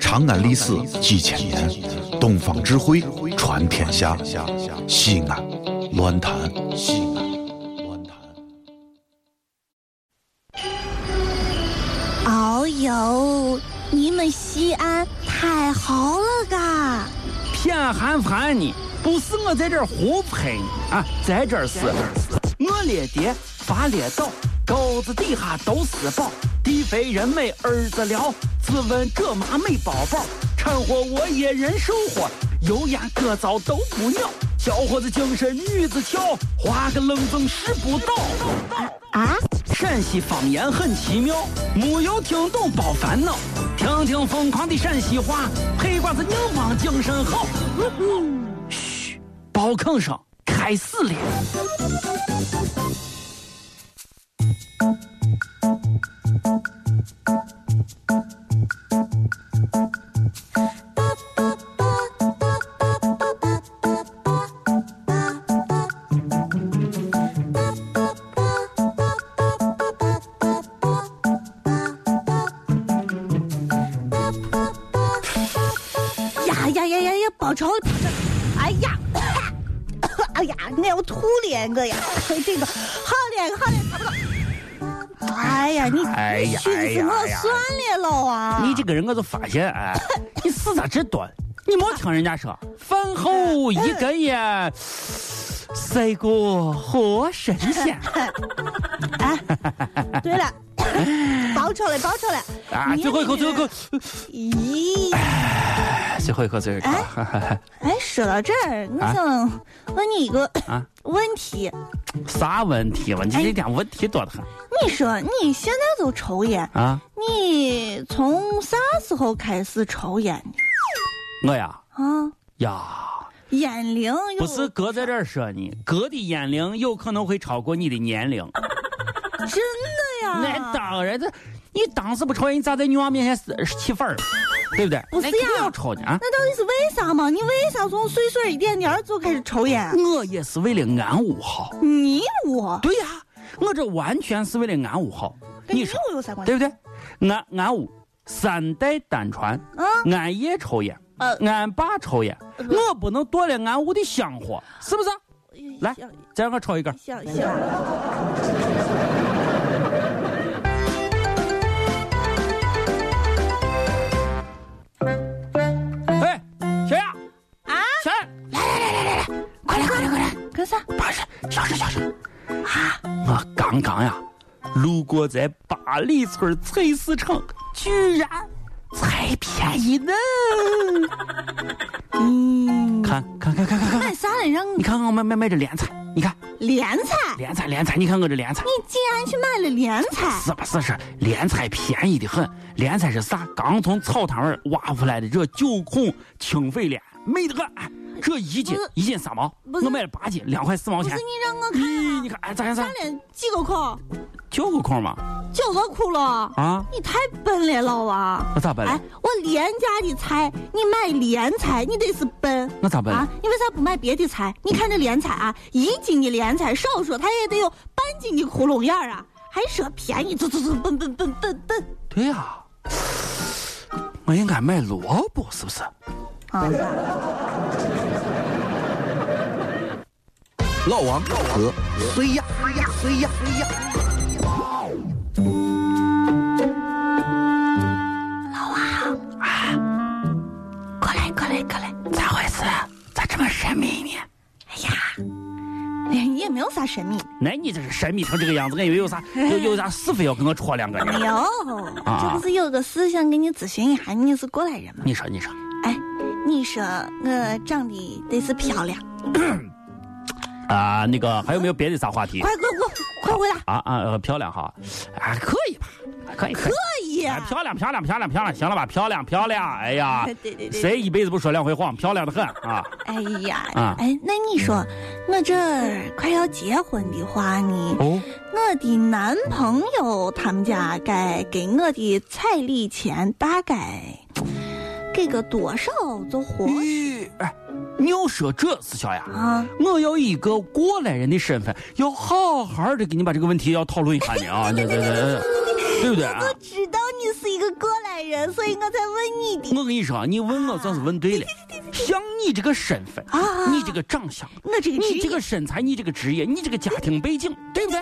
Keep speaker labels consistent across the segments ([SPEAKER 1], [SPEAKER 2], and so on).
[SPEAKER 1] 长安历史几千年，东方智慧传天下。西安，乱谈西安，乱谈。
[SPEAKER 2] 哦呦，你们西安太好了嘎！
[SPEAKER 3] 偏寒寒你，不是我在这儿胡喷你啊，在这儿是，我列爹发列倒，沟子底下都是宝，地肥人美儿子了，自问这妈没宝宝，掺和我也人生活，油盐各糟都不尿，小伙子精神女子俏，花个愣风拾不倒。
[SPEAKER 2] 啊，
[SPEAKER 3] 陕西方言很奇妙，没有听懂别烦恼，听听疯狂的陕西话，黑瓜子硬邦精神好。嘘，包吭声开始了。
[SPEAKER 2] 呀呀呀呀呀，宝钞！哎呀， 哎呀，那要吐脸个呀！这个好脸个好脸个，不能哎呀，你
[SPEAKER 3] 哎呀
[SPEAKER 2] 熏
[SPEAKER 3] 哎
[SPEAKER 2] 死
[SPEAKER 3] 呀
[SPEAKER 2] 我
[SPEAKER 3] 哎呀
[SPEAKER 2] 酸了老啊！
[SPEAKER 3] 你这个人我就发现，哎， 你事咋这多？你没听人家说，饭后一根烟，赛过活神 仙。
[SPEAKER 2] 对了，
[SPEAKER 3] 哎
[SPEAKER 2] 包出来，包出来！
[SPEAKER 3] 啊，
[SPEAKER 2] 你
[SPEAKER 3] 最后一口，
[SPEAKER 2] 这个
[SPEAKER 3] 最后一口，哎
[SPEAKER 2] 咦，
[SPEAKER 3] 最后一口，最后一口。
[SPEAKER 2] 哎，说到这儿，我
[SPEAKER 3] 啊
[SPEAKER 2] 想问你一个
[SPEAKER 3] 啊
[SPEAKER 2] 问题。
[SPEAKER 3] 啥问题了？你
[SPEAKER 2] 哎
[SPEAKER 3] 这点问题多得很
[SPEAKER 2] 你说你现在就抽烟，
[SPEAKER 3] 啊！
[SPEAKER 2] 你从啥时候开始抽烟的
[SPEAKER 3] 我呀
[SPEAKER 2] 啊？
[SPEAKER 3] 呀，
[SPEAKER 2] 烟龄有
[SPEAKER 3] 不是哥在这儿说你，哥的烟龄有可能会超过你的年龄。
[SPEAKER 2] 啊真的呀？
[SPEAKER 3] 那当然，这你当时不抽烟，你咋在女娃面前是气愤儿了？对不对？
[SPEAKER 2] 不是呀
[SPEAKER 3] 那肯定要抽呢啊！
[SPEAKER 2] 那到底是为啥嘛？你为啥从岁数一点点儿就开始抽烟？
[SPEAKER 3] 我也是为了俺屋好。
[SPEAKER 2] 你我
[SPEAKER 3] 对呀、我这完全是为了俺屋好。
[SPEAKER 2] 跟
[SPEAKER 3] 你
[SPEAKER 2] 你
[SPEAKER 3] 说
[SPEAKER 2] 我有啥关系？啊
[SPEAKER 3] 对不对？俺俺屋三代单传，
[SPEAKER 2] 嗯
[SPEAKER 3] 俺爷抽烟，
[SPEAKER 2] 呃
[SPEAKER 3] 俺爸抽烟，
[SPEAKER 2] 不
[SPEAKER 3] 我不能断了俺屋的香火，是不是？来，再让我抽一根。
[SPEAKER 2] 想想，
[SPEAKER 3] 哎，小雅
[SPEAKER 2] 啊，
[SPEAKER 3] 小雅，
[SPEAKER 2] 快来快来快来，干啥？
[SPEAKER 3] 不是，小声小声。啊，我刚刚呀，路过在八里村菜市场，居然才便宜呢！
[SPEAKER 2] 嗯，
[SPEAKER 3] 看看看看看看，
[SPEAKER 2] 干啥来让
[SPEAKER 3] 你看看我卖卖卖这莲菜，你看
[SPEAKER 2] 莲菜？
[SPEAKER 3] 莲菜莲菜，你看我这莲菜。
[SPEAKER 2] 你竟然去买了莲菜？
[SPEAKER 3] 是不是是莲菜便宜的很？莲菜是啥？刚从草摊儿挖出来的这九孔清肺莲，美得很。哎这一斤
[SPEAKER 2] 不是
[SPEAKER 3] 一斤三毛，
[SPEAKER 2] 不是
[SPEAKER 3] 我买了八斤，两块四毛
[SPEAKER 2] 不
[SPEAKER 3] 钱
[SPEAKER 2] 是。你让我看
[SPEAKER 3] 咦，你
[SPEAKER 2] 啊，
[SPEAKER 3] 看，哎，咋样咋
[SPEAKER 2] 看
[SPEAKER 3] 样？
[SPEAKER 2] 脸几个孔？
[SPEAKER 3] 九个孔嘛，
[SPEAKER 2] 九个窟窿。
[SPEAKER 3] 啊，
[SPEAKER 2] 你太笨了，老王。
[SPEAKER 3] 那咋办
[SPEAKER 2] 哎
[SPEAKER 3] 呢？，
[SPEAKER 2] 我廉价的菜，你买廉菜，你得是笨。
[SPEAKER 3] 那咋办
[SPEAKER 2] 啊？你为啥不买别的菜？你看这莲菜啊，一斤的莲菜，少说它也得有半斤的窟窿眼儿啊，还说便宜，走走走，笨笨笨笨笨
[SPEAKER 3] 对呀、我应该买萝卜，是不是？
[SPEAKER 2] 啊！
[SPEAKER 1] 老王和谁呀？谁呀？谁呀？
[SPEAKER 2] 过来过来过来，
[SPEAKER 3] 咋回事？咋这么神秘呢？
[SPEAKER 2] 哎呀，哎呀，也没有啥神秘，
[SPEAKER 3] 那你这是神秘成这个样子，我以为有啥有有啥是非要跟我戳两个呢？
[SPEAKER 2] 没有，这不是有个事想跟你咨询一下，你是过来人吗？
[SPEAKER 3] 你说你说，
[SPEAKER 2] 哎，你说我长得得是漂亮，
[SPEAKER 3] 啊，那个还有没有别的啥话题？
[SPEAKER 2] 快快快快回来，
[SPEAKER 3] 啊啊、呃漂亮哈，啊，可以吧？可以，可以。
[SPEAKER 2] 嗯可以。啊
[SPEAKER 3] 哎漂亮，漂亮，漂亮，漂亮，行了吧？漂亮，漂亮，哎呀
[SPEAKER 2] 对对，对对
[SPEAKER 3] 谁一辈子不说两回谎？漂亮的很啊！
[SPEAKER 2] 哎呀，
[SPEAKER 3] 啊
[SPEAKER 2] 哎，那你说，我这儿快要结婚的话呢，
[SPEAKER 3] 哦，
[SPEAKER 2] 我的男朋友他们家该给我的彩礼钱大概给个多少就合适
[SPEAKER 3] 咦，哎，你要说这事，小雅，
[SPEAKER 2] 啊？
[SPEAKER 3] 我要以一个过来人的身份，要好好
[SPEAKER 2] 呃
[SPEAKER 3] 的给你把这个问题要讨论一下呢啊！对对对，对不对啊？
[SPEAKER 2] 我知道你是一个过来人，所以我才问你的。
[SPEAKER 3] 我跟你说啊，你问我算是问对了。像你这个身份，
[SPEAKER 2] 啊
[SPEAKER 3] 你这个长相，
[SPEAKER 2] 我这个职
[SPEAKER 3] 你
[SPEAKER 2] 业
[SPEAKER 3] 这个身材，你这个职业，你这个家庭背景，对不对？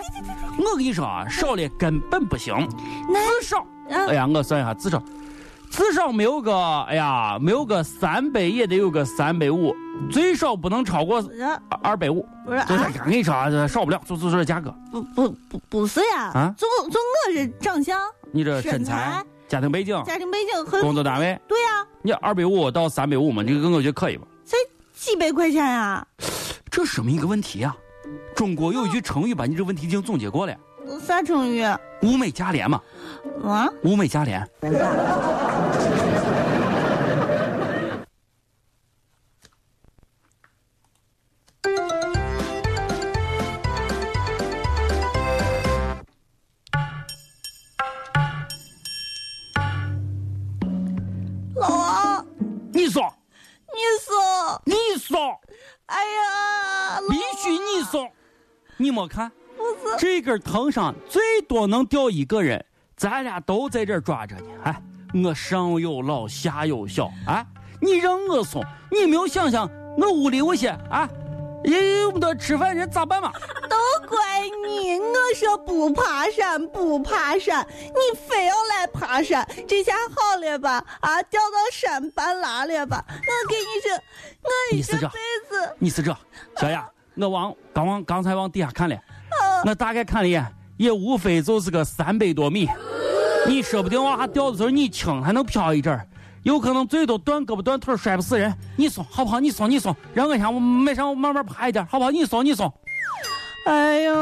[SPEAKER 3] 我跟你说啊，少了根本不行，
[SPEAKER 2] 那
[SPEAKER 3] 至少，
[SPEAKER 2] 啊
[SPEAKER 3] 哎呀，我算一下，至少，至少没有个，哎呀，没有个三百也得有个三百五，最少不能超过
[SPEAKER 2] 呃
[SPEAKER 3] 二百五。
[SPEAKER 2] 不是
[SPEAKER 3] 就是
[SPEAKER 2] 啊，
[SPEAKER 3] 我跟你说啊，这少不了，就就这价格。
[SPEAKER 2] 呃不不不不是呀
[SPEAKER 3] 啊，
[SPEAKER 2] 就就我这长相、
[SPEAKER 3] 你这
[SPEAKER 2] 身
[SPEAKER 3] 身
[SPEAKER 2] 材
[SPEAKER 3] 材、家庭背景、
[SPEAKER 2] 家庭背景和
[SPEAKER 3] 工作单位，
[SPEAKER 2] 对呀，
[SPEAKER 3] 你二百五到三百五嘛，这个我觉得可以吧？
[SPEAKER 2] 才几百块钱呀，
[SPEAKER 3] 这说明一个问题啊，中国有一句成语把你这问题已经总结过了，
[SPEAKER 2] 啥成语啊？
[SPEAKER 3] 物美价廉嘛，物美价廉。
[SPEAKER 2] 老王，
[SPEAKER 3] 你说，
[SPEAKER 2] 你说，
[SPEAKER 3] 你说，
[SPEAKER 2] 哎呀，
[SPEAKER 3] 必须你说，你没看
[SPEAKER 2] 不是
[SPEAKER 3] 这根藤上最多能吊一个人，咱俩都在这儿抓着呢。哎，我上有老下有小，哎，你让我送，你没有想想我屋里有些啊，也有不得吃饭人咋办嘛？
[SPEAKER 2] 都怪你！我说不爬山，不爬山，你非要来爬山，这下好了吧？啊，掉到山半拉了吧？我跟你说，我一
[SPEAKER 3] 你是
[SPEAKER 2] 这
[SPEAKER 3] 这
[SPEAKER 2] 辈子，
[SPEAKER 3] 你是这，小雅，我往刚往刚才往底下看了，我大概看了一眼，也无非就是个三百多米。你说不定往下掉的时候，你轻还能飘一阵儿，有可能最多断胳膊断腿儿摔不死人。你说好不好？你说你说，让我先没上慢慢爬一点，好不好？你说你说，
[SPEAKER 2] 哎呀，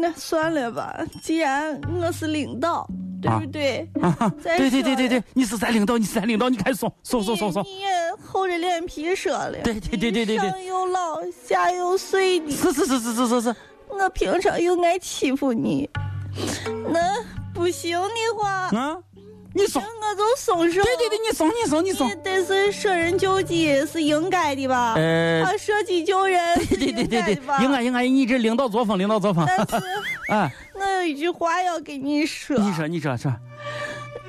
[SPEAKER 2] 那算了吧。既然我是领导，对不对？
[SPEAKER 3] 啊哈，
[SPEAKER 2] 再
[SPEAKER 3] 对对
[SPEAKER 2] 说
[SPEAKER 3] 对对
[SPEAKER 2] 了
[SPEAKER 3] 对，你是咱领导，你是咱领导，你该送送送送送
[SPEAKER 2] 你，你也厚着脸皮说了，
[SPEAKER 3] 对对对对对对
[SPEAKER 2] 上有老下有碎的，
[SPEAKER 3] 是是是是是是是，
[SPEAKER 2] 我平常又爱欺负你， 那不行的话。
[SPEAKER 3] 啊，你说，
[SPEAKER 2] 我都松手。
[SPEAKER 3] 对对对，你送你送你送
[SPEAKER 2] 你，得是舍人救己是应该的吧？
[SPEAKER 3] 呃，
[SPEAKER 2] 啊，舍己救人是
[SPEAKER 3] 对 对对对对
[SPEAKER 2] 的吧？，
[SPEAKER 3] 应该应该，你这领导作风，领导作风，
[SPEAKER 2] 但是
[SPEAKER 3] 哎。
[SPEAKER 2] 我有一句话要跟你说，
[SPEAKER 3] 你说，你说，说，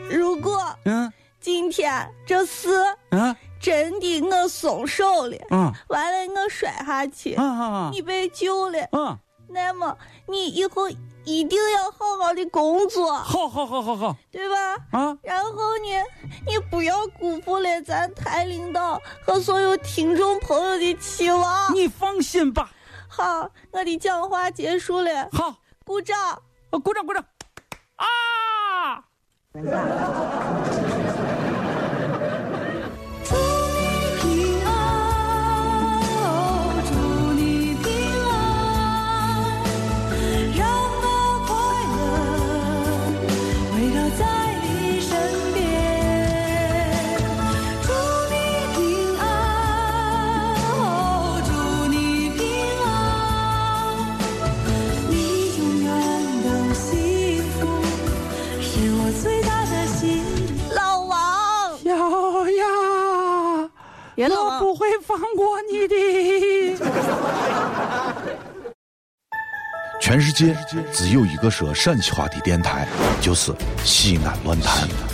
[SPEAKER 2] 如果
[SPEAKER 3] 嗯
[SPEAKER 2] 今天这事
[SPEAKER 3] 嗯
[SPEAKER 2] 真的我松手了，
[SPEAKER 3] 嗯
[SPEAKER 2] 完了我摔下去，
[SPEAKER 3] 嗯
[SPEAKER 2] 你被救了，
[SPEAKER 3] 嗯，
[SPEAKER 2] 那么你以后一定要好好的工作，
[SPEAKER 3] 好好好好好
[SPEAKER 2] 对吧？
[SPEAKER 3] 啊！
[SPEAKER 2] 然后呢，你不要辜负了咱台领导和所有听众朋友的期望。
[SPEAKER 3] 你放心吧，
[SPEAKER 2] 好，我的讲话结束了，
[SPEAKER 3] 好，
[SPEAKER 2] 鼓掌。
[SPEAKER 3] 呃鼓掌鼓掌，啊！
[SPEAKER 4] 祝你平安，哦，祝你平安，让我快乐围绕在你身边。祝你平安，哦，祝你平安，你永远都幸福，是我最大的心愿。
[SPEAKER 2] 老王，
[SPEAKER 3] 小呀，
[SPEAKER 2] 别老
[SPEAKER 3] 我
[SPEAKER 2] 王
[SPEAKER 3] 不会放过你的。
[SPEAKER 1] 全世界只有一个说陕西话的电台，就是西安乱坛。